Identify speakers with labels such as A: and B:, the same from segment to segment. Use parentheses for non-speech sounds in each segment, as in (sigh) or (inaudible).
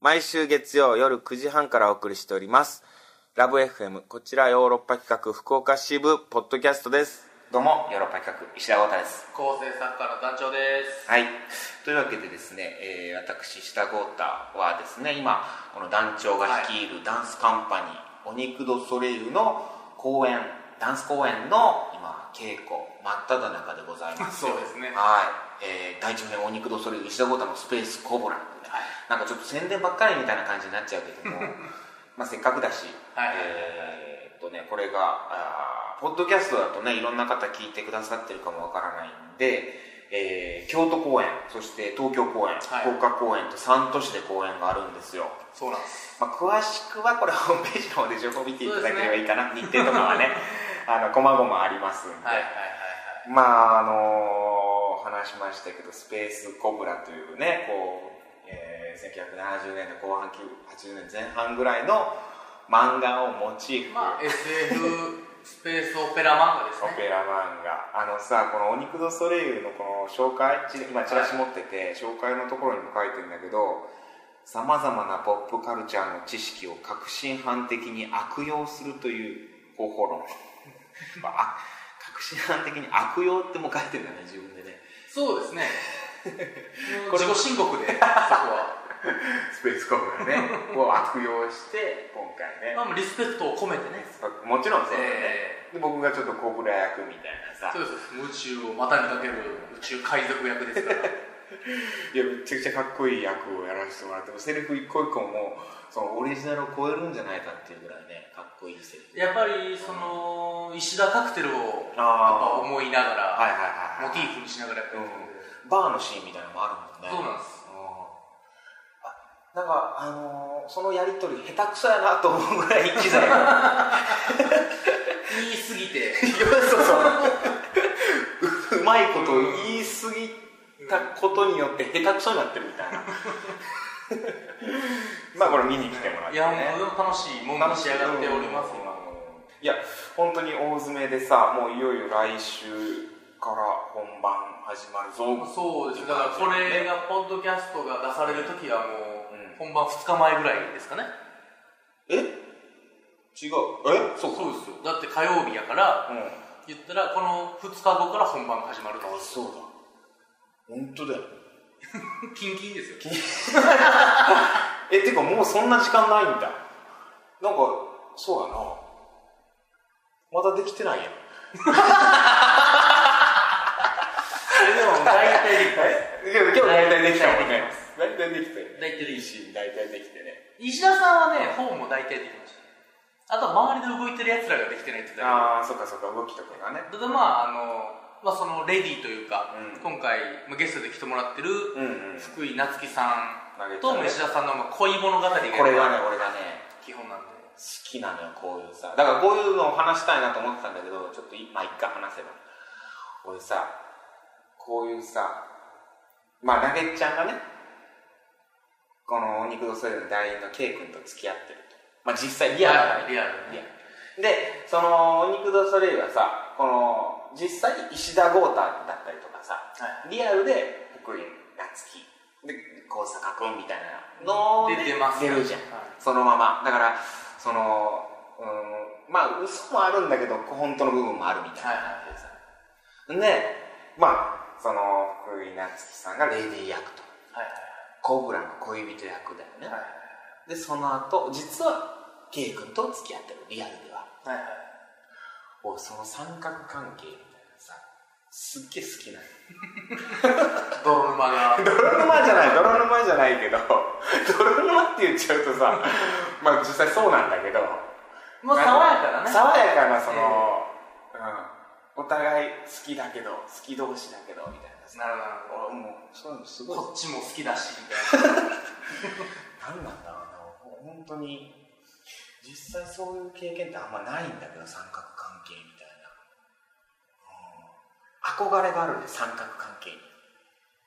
A: 毎週月曜夜9時半からお送りしておりますラブ FM こちらヨーロッパ企画福岡支部ポッドキャストです
B: どうもヨーロッパ企画石田豪太です
C: 構成作家の団長です
B: はいというわけでですね、えー私石田豪太はですね今この団長が率いるダンスカンパニー、お肉ドソレイユの公演ダンス公演の今稽古真っ只中でございます
C: そうですね
B: はい、えー、第1編お肉ドソレイユ石田豪太のスペースコボラ、なんかちょっと宣伝ばっかりみたいな感じになっちゃうけど
C: (laughs)
B: もまあせっかくだし、
C: はい
B: えーっとねこれがあーポッドキャストだとねいろんな方聞いてくださってるかもわからないんで、えー京都公演そして東京公演、
C: はい
B: 福岡公演と3都市で公演があるんですよ、
C: そうなんです
B: まあ、詳しくはこれホームページの方で情報を見ていただければいいかな、日程とかはねあの細々ありますんで、
C: はいはい
B: まああの話しましたけどスペースコブラというねこう、えー1970年の後半80年前半ぐらいの漫画をモチーフに、
C: はいはいまあ SF スペースオペラ漫画です
B: オ
C: ね
B: ペラ漫画あのさこの「お肉ドソレイユ」のこの紹介ち今チラシ持ってて紹介のところにも書いてるんだけどさまざまなポップカルチャーの知識を革新犯的に悪用するという方法論、 (laughs) まあ、あ革新犯的に悪用ってもう書いてるんだね自分でね
C: そう (laughs) ですね
B: これ
C: 自己申告でそこは、
B: スペースコブラ
C: (laughs)
B: ねを悪用して今回ね、
C: まあ、リスペクトを込めてね
B: もちろんそうだよね、
C: え
B: で僕がちょっとコブラ役みたいな
C: ー
B: さ
C: そうです宇宙を股にかける宇宙海賊役です (laughs) から
B: いやめちゃくちゃかっこいい役をやらせてもらってもセリフ一個一個もそのオリジナルを超えるんじゃないかっていうぐらいねかっこいいセリフ
C: やっぱりその石田カクテルをやっぱ
B: あー
C: 思いながら、
B: はいはいはい
C: モチーフにしながらやってるんで
B: うんバーのシーンみたいなのもあるもんね
C: そうなんです
B: うんあなんかあのーそのやり取り下手くそやなと思うぐらい一切い
C: 言いすぎて
B: やそうそうううまいことを言い過ぎたことによって下手くそになってるみたいな (laughs) まあこれ見に来てもらって、ね、
C: いやもうでも楽しいもんに仕上がっております今
B: いや本当に大詰めでさもういよいよ来週から本番始まるぞ
C: そうですねだからこれがポッドキャストが出される時はも
B: うん
C: う本番2日前ぐらいですかね、
B: え違うえそう
C: そうですよだって火曜日やから
B: うん
C: 言ったらこの2日後から本番が始まると
B: そうだ本当だよ
C: (laughs) キンキンですよ
B: えてかもうそんな時間ないんだなんかそうやなまだできてないやん
C: でも大体
B: えでも今日大体できたもんね大体できたよね
C: 大体できた
B: いいシーン大体できてね
C: 石田さんはね本も大体できましたあとは周りで動いてるやつらができてないってだけ
B: ああそっかそっか動きとかがね
C: ただまああの、まあ、そのレディーというか、
B: うん
C: 今回、まあ、ゲストで来てもらってる
B: うんうん
C: 福井夏樹さ
B: 投げ
C: ん
B: たね
C: と石田さんのまあ恋物語が
B: これがね俺がね
C: 基本なんで
B: 好きなのよこういうさだからこういうのを話したいなと思ってたんだけどちょっといまあ一回話せば俺さこういうさまあナゲッちゃんがねこのお肉のソレイユの団員の K 君と付き合ってるとまあ実際リアルだね
C: リアル
B: リ
C: リ
B: ア
C: ア
B: ル
C: ル
B: でそのお肉のソレイユはさこの実際石田豪太だったりとかさ、リアルで福井夏樹で高坂君みたいなので
C: 出てます
B: 出るじゃん
C: はい
B: そのままだからそのうんまあ嘘もあるんだけど本当の部分もあるみたいな感じでさ、でまあその福井夏樹さんがレディー役と
C: はい
B: コブラの恋人役だよね、
C: はい
B: でその後実は K 君と付き合ってるリアルでは
C: はいはい
B: おいその三角関係みたいなさすっげえ好きなの
C: 泥沼が
B: 泥沼じゃない泥沼じゃないけど (laughs) 泥沼って言っちゃうとさまあ実際そうなんだけど
C: まあ爽やかだね
B: 爽やかなその、うん、お互い好きだけど好き同士だけどみたいなさ
C: なるほどなる
B: 俺もうそういうのすご
C: ほ
B: い
C: どこっちも好きだしみたいな
B: 何なんだろうな本当に実際そういう経験ってあんまないんだけど三角関係みたいな、うん、憧れがあるね三角関係に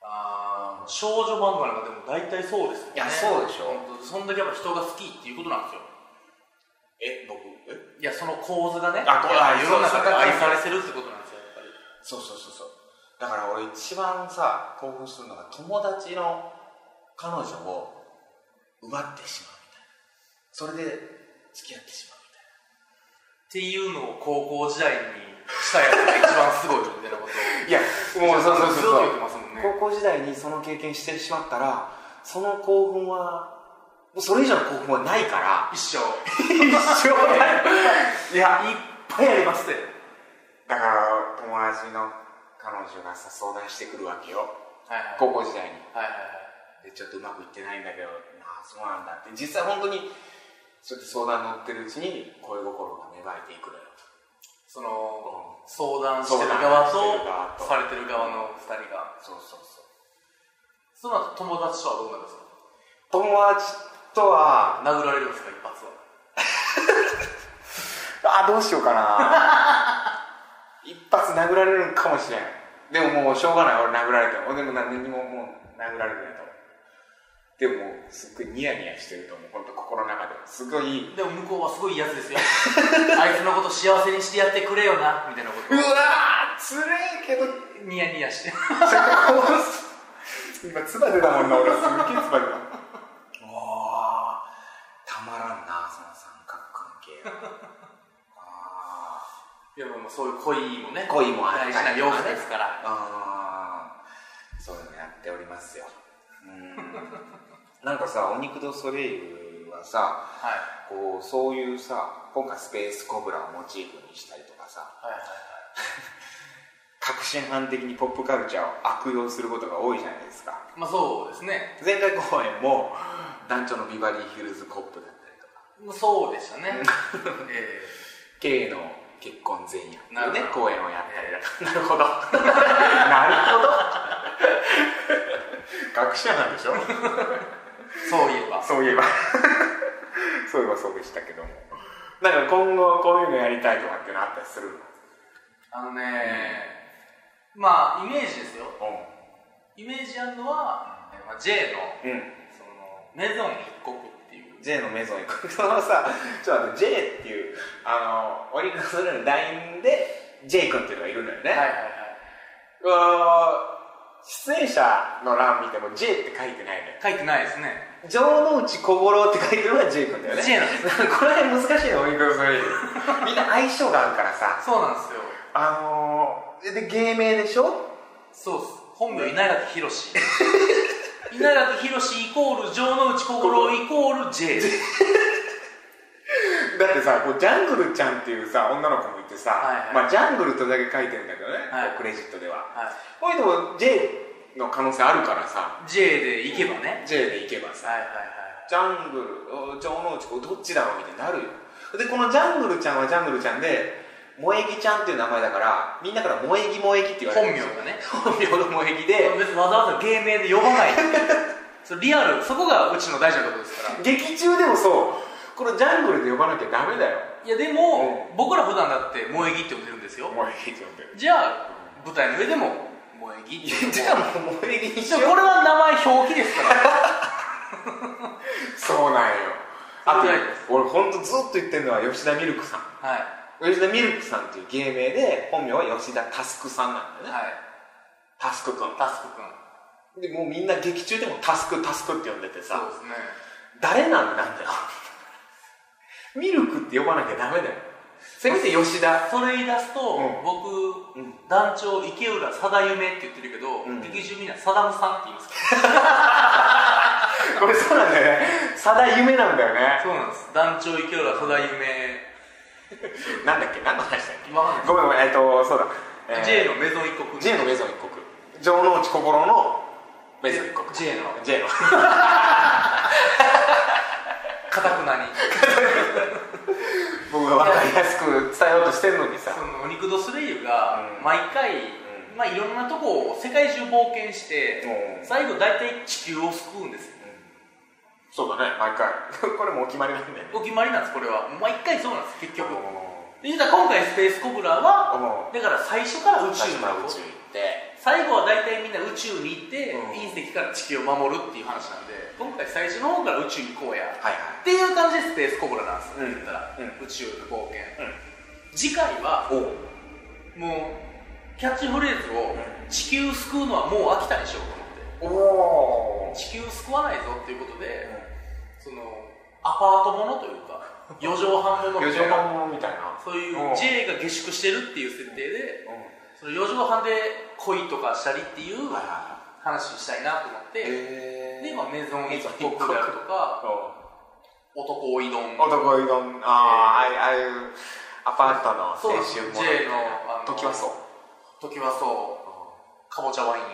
C: あー少女漫画なんかでも大体そうですもんね
B: いやそうでしょ
C: 本当そんだけやっぱ人が好きっていうことなんですよ
B: え僕え
C: いやその構図がね
B: あこう
C: や
B: あ
C: 世の中
B: そ
C: で
B: うそう
C: 愛されてるってことなんですよやっぱり
B: そうそうそうそうだから俺一番さ興奮するのが友達の彼女を奪奪ってしまうみたいなそれで付き合ってしまうみたい
C: ていうのを高校時代にしたやつが一番すごいみたいなことを
B: ないやもうそうそうそう
C: ずっと
B: そう
C: 言ってますもんね
B: 高校時代にその経験してしまったらその興奮はもうそれ以上の興奮はないから
C: 一生
B: 一生ないいや
C: いっぱいありますって
B: だから友達の彼女がさ相談してくるわけよ
C: はいはい
B: 高校時代に
C: はいは
B: で
C: い
B: ちょっとうまくいってないんだけどああそうなんだって実際本当にそうやって相談乗ってるうちに恋心が芽生えていくのよ
C: その
B: うん
C: 相談してる側と
B: 相談してる側と
C: されてる側の二人が
B: そうそうそう
C: その後友達とはどうなるんですか
B: 友達とは
C: 殴られるんですか一発は
B: あどうしようかな (laughs) 一発殴られるんかもしれんでももうしょうがない俺殴られても俺でも何にももう殴られてないと思うでももうすっごいニヤニヤしてると思う本当心の中ですごい
C: でも向こうはすごいやつ (laughs) ですよあいつのこと幸せにしてやってくれよなみたいなこ
B: う
C: と
B: わ
C: を
B: ーつれえけど
C: ニヤニヤして
B: じゃあこう (laughs) 今唾出たもんな俺すっげえ唾出たおーたまらんなその三角関係はあー
C: いやもうそういう恋もね
B: 恋もあった
C: 大
B: りと
C: 事
B: かね
C: な要素ですから
B: ああそういうのやっておりますようんなんかさ「お肉とソレイユ」はさ
C: はい
B: こうそういうさ今回スペースコブラをモチーフにしたりとかさ
C: はいはいはい
B: 革新犯的にポップカルチャーを悪用することが多いじゃないですか
C: まあそうですね
B: 前回公演も団長のビバリーヒルズコップだったりとか
C: まあそうでしたね (laughs) え
B: K の結婚前夜
C: なるほど
B: ね公演をやったりとかなるほどなるほど学者なんでしょ
C: えそういえば
B: そういえばそういえばそうでしたけどもなんか今後こういうのやりたいとかっていうのあったりするの
C: あのねまあイメージですよ
B: う
C: イメージあるのは、えーまあ、J の
B: ん、
C: そのメゾン一国っていう
B: J のメゾン行くそのさちょっと待って J っていうあのお肉するの LINE で J 君っていうのがいるのよね、
C: はいはいはいう
B: わー出演者の欄見ても J って書いてないね
C: 書いてないですね
B: 城之内小五郎って書いてるのが J 君だよね
C: J なんです
B: (laughs) これ難しいねお肉のそれみんな相性があるからさ
C: そうなんですよ
B: あのー、で芸名でしょ
C: そうっす本名稲垣博士 (laughs) 稲垣博士イコール城之内小五郎イコール J
B: (laughs) だってさこうジャングルちゃんっていうさ女の子もいてさ、
C: はいはい
B: まあ、ジャングルとだけ書いてるんだけどね、
C: はい
B: こうクレジットでは
C: は
B: こういうのも J の可能性あるからさ
C: い J でいけばね
B: J でいけばさ、
C: はいはい
B: ジャングルお城之内こうどっちだろうみたいになるよでこのジャングルちゃんはジャングルちゃんで萌えぎちゃんっていう名前だからみんなから萌えぎ萌えぎって言わ
C: はい
B: れて
C: 本名
B: る
C: がね
B: 本名の萌えぎで
C: 別にわざわざ芸名で呼ばない (laughs) それリアルそこがうちの大事なところですから
B: 劇中でもそうこのジャングルで呼ばなきゃダメだよ
C: いやでも、僕ら普段だって萌え木って呼んでるんですよ
B: 萌えぎちゃんって
C: じゃあ舞台の上でも萌え木って呼ぼう
B: じゃあもう萌えぎにし
C: で
B: よ
C: も
B: う
C: これは名前表記ですから
B: そうなんよあ
C: そう
B: と
C: なんよ
B: 俺ほんとずっと言ってるのは吉田ミルクさん
C: はい
B: 吉田ミルクさんっていう芸名で本名は吉田タスクさんなんだよね、
C: はい
B: タスク君
C: タスク
B: で
C: 君
B: もうみんな劇中でもタスクタスクって呼んでて
C: そう
B: さ
C: ですね
B: 誰なんだよミルクって呼ばなきゃダメだよせめて吉田
C: それ言い出すと、
B: ん
C: 僕、
B: うん
C: 団長池浦貞夢って言ってるけど、
B: うん
C: 劇中みんな貞夢さんって言います
B: こ
C: か
B: れそうなんだよねさだ夢なんだよね
C: らそうなんです団長池浦貞夢、
B: なんだっけ何の話だっけ
C: わかんない
B: ごめんごめんえっとそうだ、えー
C: J のメゾン一国
B: J のメゾン一国城之内小五郎のメゾン一国
C: J の
B: J の
C: かたく (laughs) なに
B: 僕が分かりやすく伝えようとしてるのにさ
C: そのお肉ドスレイユが
B: うん
C: 毎回、
B: う
C: まあ、いろんなとこを世界中冒険して、
B: うん
C: 最後大体地球を救うんですよ
B: そうだね毎回 (laughs) これもお決まりなんだよね
C: お決まりなんですこれは毎回そうなんです結局、
B: お
C: で言うたら今回スペースコブラは
B: も
C: だから最初から宇
B: 最
C: 宙
B: 初から
C: の
B: 宇宙行って
C: 最後は大体みんな宇宙に行って、
B: うん
C: 隕石から地球を守るっていう話なんで今回最初の方から宇宙行こうや、
B: はい
C: っていう感じでスペースコブラなんですよ、
B: うん
C: 言ったら、
B: う
C: 宇宙の冒険、
B: うん
C: 次回は
B: おう
C: もうキャッチフレーズを
B: う
C: 「地球救うのはもう飽きたでしょ」と思って
B: おお
C: 地球救わないぞっていうことで、そパートものという
B: (laughs)
C: か4畳半もの
B: 四畳
C: みたいな
B: 半ものみたいな
C: そういう
B: うん
C: J が下宿してるっていう設定で
B: うん
C: その4畳半で恋とかしたりっていう
B: はいは
C: 話したいなと思って
B: へ
C: で、まあ、メゾンエッ
B: メゾ
C: ジ
B: ン
C: ポップであるとか
B: う
C: 男追い丼
B: ん男いろんあああああいうアパートの
C: そう
B: 青春ものみた
C: J の
B: い
C: あ
B: な
C: の
B: 時はそう
C: 時はそうかぼちゃワイン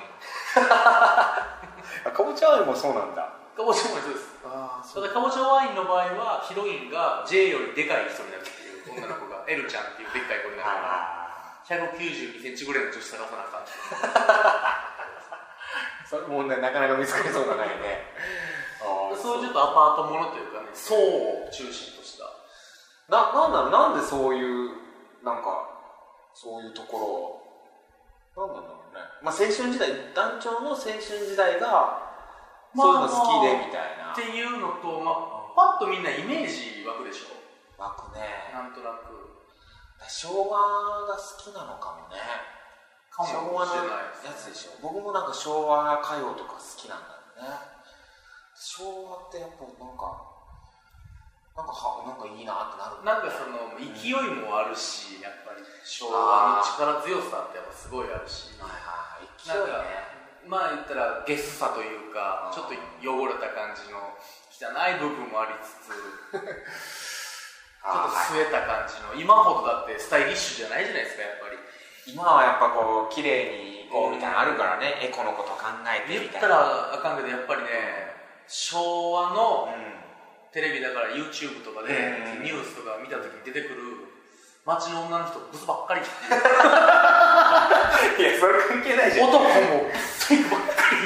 B: あかぼちゃワインもそうなんだ
C: かぼちゃワインそうです
B: ああそう
C: ただかぼちゃワインの場合はヒロインが J よりでかい人になるっていう女の子 (laughs) が L ちゃんっていうでっかい子になるから
B: あ
C: 1 9 2ンチぐらいの女子探さなあかん
B: あそれ問題なかなか見つかりそうがないねああ
C: そういうちょっとアパートものというかね層を中心とした
B: ななんだろうなんでそういうなんかそういうところをなんなんだろうね、まあ、青春時代団長の青春時代が
C: まあ
B: そういうの好きでみたいな、
C: っていうのと、まあ、パッとみんなイメージ湧くでしょ
B: 湧くね
C: なんとなく
B: 昭和が好きなのかもね
C: かもしれ
B: 昭和の
C: ない
B: やつでしょ僕もなんか昭和歌謡とか好きなんだよね昭和ってやっぱなんかなんかはなんかいいなってなる
C: なんかその勢いもあるしやっぱり昭和の力強さってやっぱすごいあるし
B: はいはいはい勢
C: なん
B: い
C: か
B: ね
C: まあ言ったらゲスさというか
B: あー
C: ちょっと汚れた感じの汚い部分もありつつちょっと据えた感じの今ほどだってスタイリッシュじゃないじゃないですかやっぱり
B: 今はやっぱこう綺麗にいこうみたいなのあるからね、エコのこと考えて
C: 言
B: み
C: った
B: い
C: た
B: な
C: らあかんけどやっぱりね昭和のテレビだから YouTube とかで
B: うん
C: ニュースとか見た時に出てくる街の女の人ブスばっか
B: (laughs)
C: り
B: うん、いやそれ関係ないじゃん
C: (laughs) (laughs) 男もブスばっか
B: で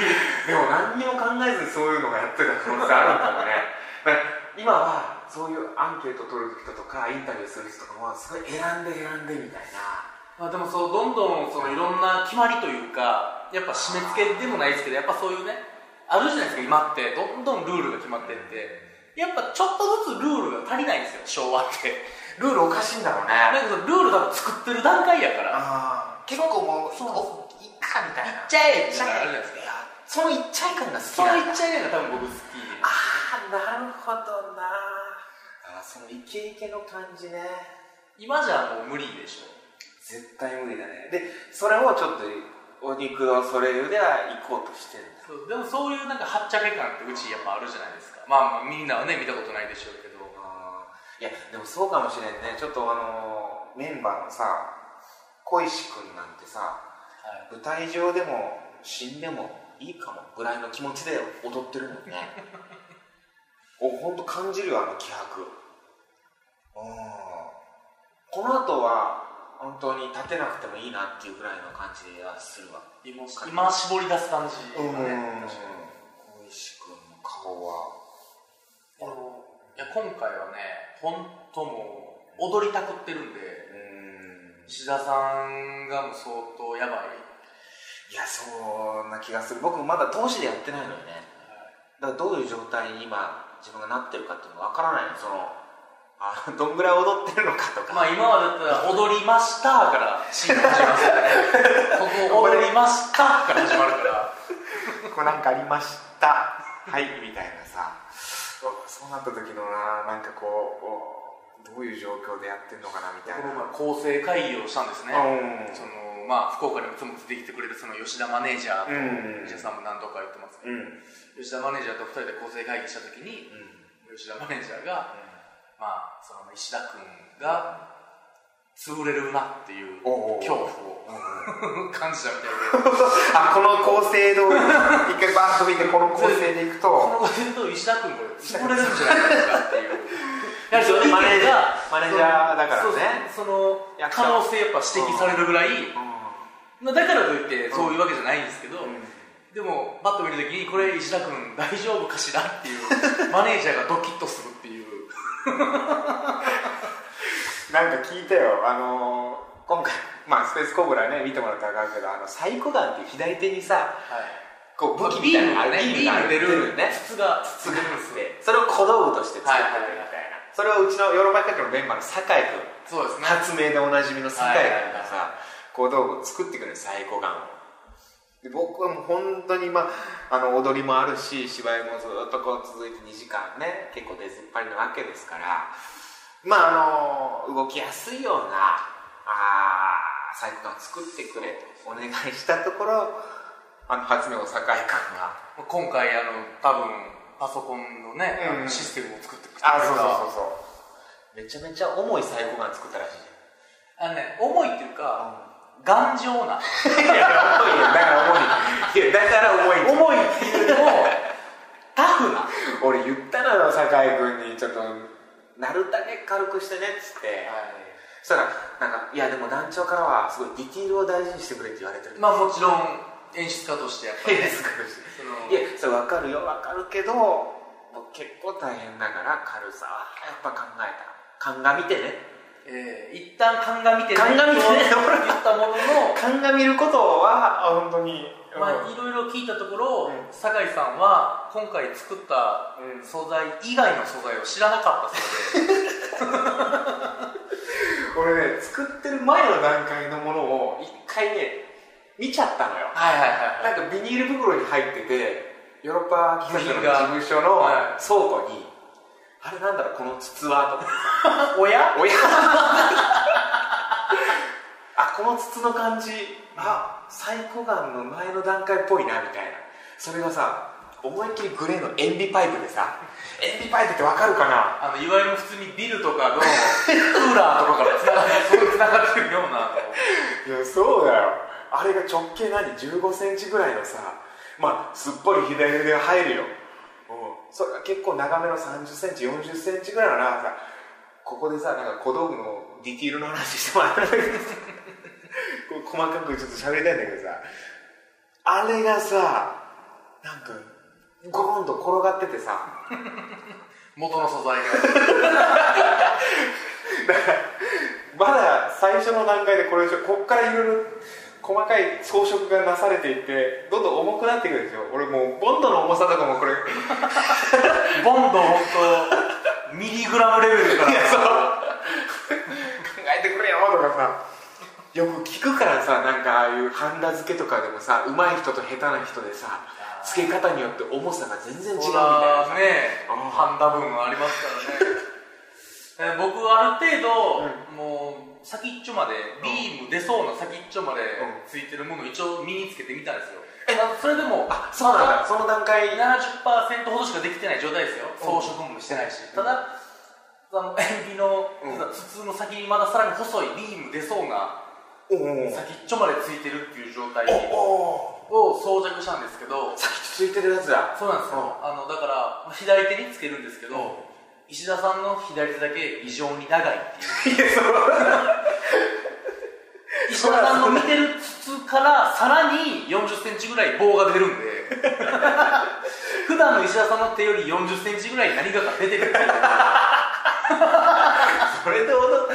B: も何にも考えずにそういうのがやってた可能性あるんかもね (laughs) だから今はそういうアンケート取る人とかインタビューする人とかもすごい選んで選んでみたいな
C: りまあでもそうどんどんそのいろんな決まりというかやっぱ締め付けでもないですけどやっぱそういうねあるじゃないですか今ってどんどんルールが決まってってやっぱちょっとずつルールが足りないんですよ昭和って
B: ルールおかしいんだろう
C: な
B: ね
C: んかそのルール多分作ってる段階やから
B: ああ結構もう
C: そう
B: おいっかみたいな
C: 行っちゃえみ
B: い
C: たいなのあるじゃないですか
B: やそのいっちゃい感が好き
C: そ
B: な
C: の
B: ん
C: いっ
B: だ
C: ちゃえが多分僕好き
B: ああなるほどなあーそのイケイケの感じね
C: 今じゃもう無理でしょ
B: 絶対無理だねでそれをちょっとお肉のそれゆでは行こうとしてるんだ
C: そうでもそういうなんかはっちゃけ感ってうちやっぱあるじゃないですかまあまあみんなはね見たことないでしょうけど
B: あーいやでもそうかもしれんねちょっとあのーメンバーのさ小石君なんてさ
C: は
B: 舞台上でも死んでもいいかもぐらいの気持ちで踊ってるもんねお本当感じるよあの気迫うんこの後は本当に立てなくてもいいなっていうぐらいの感じはするわ
C: い、今今絞り出す感じがね確か
B: 小
C: に
B: 石君の顔は
C: あのいや今回はね本当もう踊りたくってるん
B: う
C: で
B: ん
C: 志田さんがもう相当やばい、
B: いやそんな気がする僕まだ投資でやってないのよねだからどういう状態に今自分がなってるかっていうのがわからないのそのあどんぐらい踊ってるのかとか、
C: まあ今はだったら「踊りました」からシーンが始まるからねここ「踊りました」から始まるから
B: これなんかありましたはいみたいなさうわそうなった時のななんかこうおどういう状況でやってんのかなみたい
C: この
B: な
C: 前構成会議をしたんですね、
B: うん
C: そのまあ福岡にもいつも出てきてくれるその吉田マネージャーと、
B: うん
C: 吉田さんも何度か言ってます
B: う
C: けど、
B: んうん
C: 吉田マネージャーと2人で構成会議した時に、吉田マネージャーが、まあ、その石田君が潰れるなっていう
B: おうおう
C: 恐怖を感じたみたいで
B: あこの構成通り一回バーッと見てこの構成でいく
C: その
B: と
C: 後言うと石田君これ潰れるんじゃないかって
B: (laughs)
C: いうやはりその
B: マネージャー
C: が
B: マネージャーだからね
C: そうその
B: 役者
C: 可能性やっぱ指摘されるぐら
B: う
C: い、まあだからといってそういうわけじゃないんですけど、
B: ん
C: でもバッと見るときにこれ石田君大丈夫かしらっ
B: (laughs)
C: ていうマネージャーがドキッとするっていう
B: なんか聞いたよ、あのー今回、 (laughs) まあ、スペースコブラね、見てもらったら分かるけど、あのサイコガンっていう左手にさ、
C: はい
B: こう武器み
C: ビー
B: たい
C: ム
B: な
C: がねビーム出る
B: ね、
C: 筒が筒が出るんですよ
B: でそれを小道具として使ってるみたいな、それをうちのヨーロッパ企画のメンバーの酒井
C: そうです
B: 君、
C: ね
B: 発明でおなじみの酒井君が
C: はいはい
B: さ、小道具を作ってくれるサイコガンを。で僕はもう本当に、まあ、あの踊りもあるし芝居もずっとこう続いて2時間ね結構出ずっぱりなわけですからまああの動きやすいようなあーサイトを作ってくれとお願いしたところあの初音を酒井君が
C: 今回あの多分パソコンのね、
B: うん
C: システムを作ってくれた
B: あそうそうそうそうめちゃめちゃ重いサイコガン作ったらしい
C: あのね重いっていうか、頑丈ない
B: や重いよだから重いいやだから (laughs) 重いんだよ
C: 重いっていう (laughs) のもタフな
B: 俺言ったのよ酒井君にちょっとなるだけ軽くしてねっつって、そしたらなんか「いやでも団長からはすごいディティールを大事にしてくれ」って言われてる
C: まあもちろん演出家としてやっぱり、ね、
B: すごい
C: その
B: いやそれ分かるよ分かるけど僕結構大変だから軽さはやっぱ考えた鑑みてね
C: えー一旦鑑みて
B: 鑑みてね
C: と言ったものの
B: 鑑みることはあ本当に、うん
C: まあ、いろいろ聞いたところ、
B: う
C: 酒井さんは今回作った
B: うん
C: 素材以外の素材を知らなか
B: (laughs)
C: ったそうで
B: 俺ね作ってる前の段階のものを一回ね見ちゃったのよ
C: はいはいはい
B: なんかビニール袋に入っててヨーロッパ企画の
C: 部品が
B: 事務所の
C: は
B: 倉庫に、あれなんだろうこの筒はと思って
C: (laughs) 親
B: おやあこの筒の感じあサイコガンの前の段階っぽいなみたいなそれがさ思いっきりグレーの塩ビパイプでさ塩ビパイプってわかるかな
C: あのいわゆる普通にビルとかのクーラーとかからつながってそういうつながってるようなあの
B: いやそうだよあれが直径何1 5ンチぐらいのさまあすっぽり左腕が入るよ、うん、それが結構長めの3 0ンチ4 0ンチぐらいの長さここでさなんか小道具のディティールの話してもらったんだけどさこう細かくちょっと喋りたいんだけどさあれがさなんかゴロンと転がっててさ
C: 元の素材が
B: まだ最初の段階でこれでしょこっからいろいろ細かい装飾がなされていってどんどん重くなっていくでしょ俺もうボンドの重さとかもこれ (laughs) い
C: ボンド本当ミリグラムレベルから
B: やそう考えてくれよとかさよく聞くからさなんかああいうハンダ付けとかでもさ上手い人と下手な人でさ
C: あー
B: 付け方によって重さが全然違うみたい
C: そ
B: な
C: ら
B: さ、
C: ね
B: うん
C: ハンダ分ありますからねえー僕ある程度、もう先っちょまでビーム出そうな先っちょまで
B: ん
C: ついてるものを一応身につけてみたんですよ、あのそれでも
B: あそうなんだその段階
C: 70%ほどしかできてない状態ですよ装飾もしてないし、ただあの塩ビの
B: うん
C: 筒の先にまださらに細いビーム出そうな
B: おお
C: 先っちょまでついてるっていう状態
B: おお
C: を装着したんですけど
B: 先ついてるやつだ
C: そうなんですよ、あのだから左手につけるんですけど、石田さんの左手だけ異常に長いって (laughs) いう石田さんの見てる筒からさらに4 0ンチぐらい棒が出るん (laughs) で普段の石田さんの手より4 0ンチぐらい何かが出てるっていう
B: それでおど危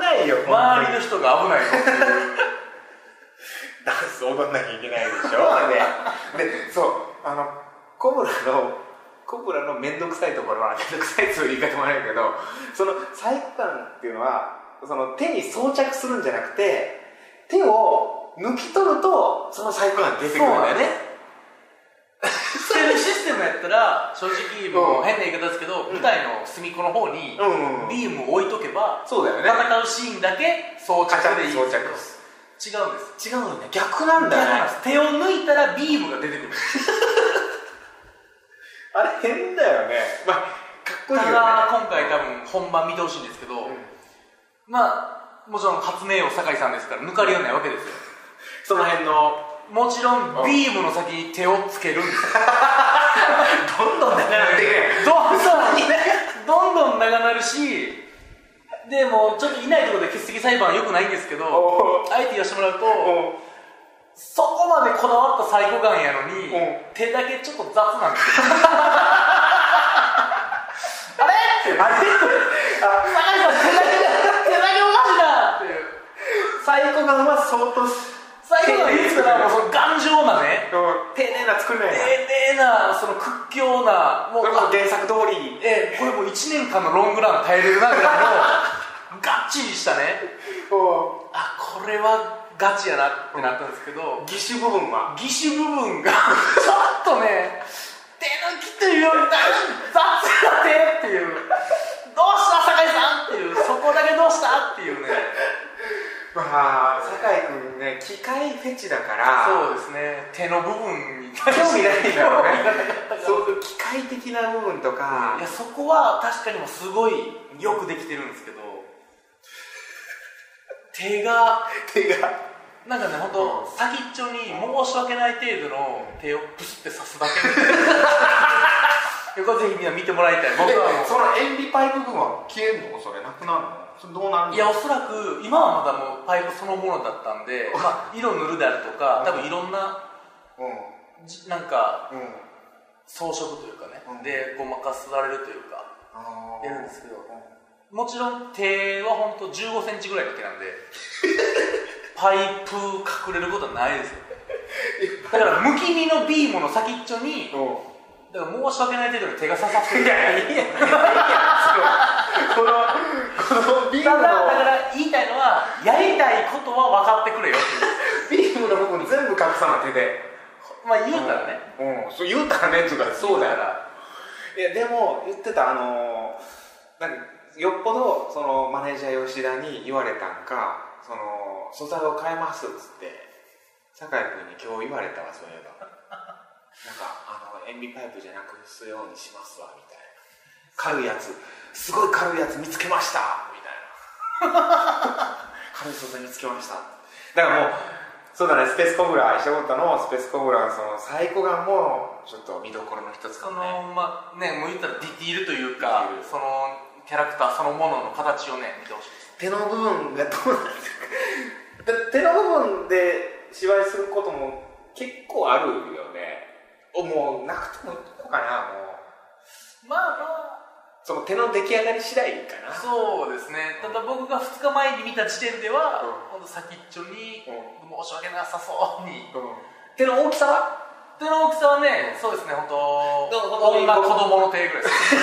B: ないよ
C: 周りの人が危ないのっていう
B: ダンス踊んなきゃいけないでしょでそうあのコブラのコブラの面倒くさいところは面倒くさいっていう言い方もあるけどそのサイコンっていうのはその手に装着するんじゃなくて手を抜き取るとそのサイコンが出てくるんだよね
C: そういうシステムやったら正直もう変な言い方ですけど、舞台の隅っこの方に
B: うんうん
C: ビームを置いとけば、
B: そうだよね
C: 戦うシーンだけ装着
B: カチャン
C: でいい
B: 装着
C: 違うんです
B: 違うよね逆なんだよね
C: 手を抜いたらビームが出てくる
B: (laughs) あれ変だよねまあかっこ
C: た
B: いい
C: だ
B: よね
C: 今回多分本番見てほしいんですけど、まあもちろん発明王酒井さんですから抜かりはないわけですよ
B: その辺の
C: もちろんビームの先に手をつけるんですよ
B: どんどん長なっていくね
C: どんどんどんどん長なるしでもうちょっといないところで欠席裁判はよくないんですけど
B: お
C: あえて言わせてもらうと
B: お
C: そこまでこだわったサイコガンやのに、
B: うん
C: 手だけちょっと雑なんです
B: (laughs)
C: よあれって
B: あれ (laughs) あ
C: 高橋さん手だけ手だけおかしいなっていう
B: サイコガンは相当
C: 最後の言うからもうその頑丈なね
B: うん丁寧な作りなん
C: 丁
B: や
C: 寧なその屈強なもう
B: これもう原作通りに
C: ええこれもう1年間のロングラン耐えれるなぐらいのがっちりしたね
B: こ
C: あこれはガチやなってなったんですけど、
B: 義手部分は
C: 義手部分がちょっとね手抜きというよりだいぶ雑な手っていうどうした酒井さんっていうそこだけどうしたっていうね
B: まあ酒井君ね機械フェチだから
C: そうですね手の部分に興
B: 興味ないんだろうね
C: そう
B: そういう機械的な部分とか
C: いやそこは確かにもうすごいよくできてるんですけど手が
B: 手が
C: なんかね本当、先っちょに申し訳ない程度の手をプスって刺すだ
B: (laughs)
C: けこれぜひみんな見てもらいたい僕はもう
B: その塩ビパイ部分は消えんのそれなくなるのそれどうなるの
C: いやおそらく今はまだもうパイプそのものだったんで、まあ、色塗るであるとか多分いろんな
B: う
C: じなんか
B: んうん
C: 装飾というかね、
B: うん
C: でごまかすられるというか
B: あー
C: やるんですけどもちろん手は本当1 5ンチぐらいの手なんで
B: (laughs)
C: パイプ隠れることはないですよだからむき身のビームの先っちょに
B: うん
C: だから申し訳ない程度に手が刺さってる
B: いやいやいやそのこのこのビー
C: た
B: ム
C: だだか
B: の
C: ら言いたいのはやりたいことは分かってくれよっていう
B: ビームの部分全部隠さない手で
C: まあ言うたらね、
B: うんそう言うたらねっていうかそうだよないやでも言ってたあのーなんかよっぽどそのマネージャー吉田に言われたんかその素材を変えますっつって酒井君に今日言われたわそういえばなんかあの塩ビパイプじゃなくすようにしますわみたいな軽いやつすごい軽いやつ見つけましたみたいな (laughs) 軽い素材見つけましただからもうそうだねスペースコブラーしたことのスペースコブラーその最高がもうちょっと見どころの一つか
C: そ
B: も
C: の
B: ね
C: まあねもう言ったらディティールというか
B: ディティール
C: そのキャラクターそのものの形をね見てほしいです
B: 手の部分がどうなんですかだ手の部分で芝居することも結構あるよねおもうなくてもいいのかなもう
C: まあ
B: その手の出来上がり次第か
C: まあ
B: な
C: そうですねただ僕が2日前に見た時点では、ほんと先っちょに、申し訳なさそうに、
B: 手の大きさは (laughs)
C: 手の大きさはねそうですね本当
B: どう
C: 女子供の手ぐらいです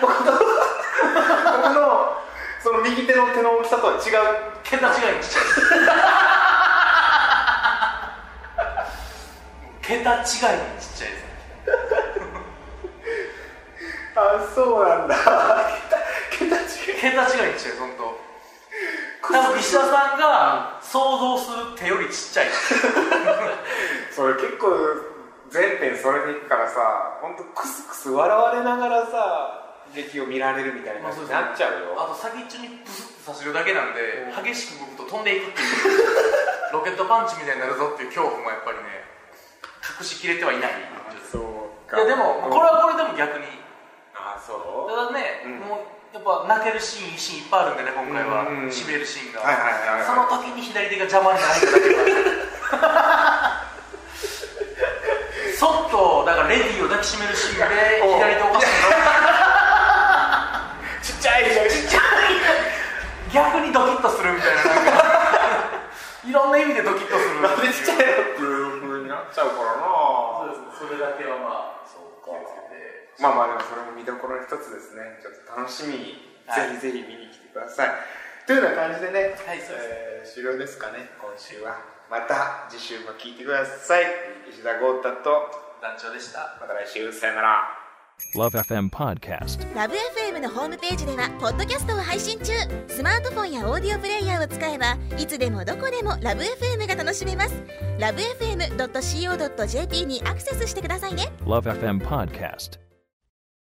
B: 僕のその右手の手の大きさとは (laughs) 違う
C: 桁違いにちっちゃい桁違いにちっちゃいですね
B: あそうなんだ (laughs) 桁違い
C: 桁違いにちっちゃいです本当多分石田さんが想像する手よりちっちゃい
B: それ結構全編それでいくからさ本当クスクス笑われながらさ劇を見られるみたいな感じになっちゃうよ、
C: あと先っちょにブスッとさせるだけなんで
B: うん
C: 激しく動くと飛んでいくっていうロケットパンチみたいになるぞっていう恐怖もやっぱりね隠しきれてはいないいや
B: そう
C: でもこれはこれでも逆に
B: あそ
C: ただね、
B: うん
C: もうやっぱ泣けるシーンシーンいっぱいあるんでね今回は
B: うん
C: しびれるシーンが、
B: はいはいはいはい
C: その時に左手が邪魔になるんだけ
B: (laughs)
C: どそっとだからレディーを抱きしめるシーンで
B: おう
C: 左手おかしい
B: ちっちゃいちっちゃい
C: な逆にドキッとするみたい
B: (laughs)
C: ななんかいろんな意味でドキッとする
B: なんでちっちゃいのっていう風になっちゃうから
C: そう
B: な
C: ですねそれだけはまあ
B: そう
C: 気をつけて
B: まあまあでもそれも見どころの一つですねちょっと楽しみに、
C: はい
B: ぜひぜひ見に来てくださいというような感じでね、
C: はいそうで
B: えー
C: す
B: 終了ですかね今週はまた次週も聞いてください石田豪太と
C: 団長でした
B: また来週さよなら
D: Love FM Podcast.
E: ラブ f m のホームページではポッドキャストを配信中スマートフォンやオーディオプレイヤーを使えばいつでもどこでもラブ f m が楽しめますラブ FM.co.jp にアクセスしてくださいね
D: Love FM Podcast.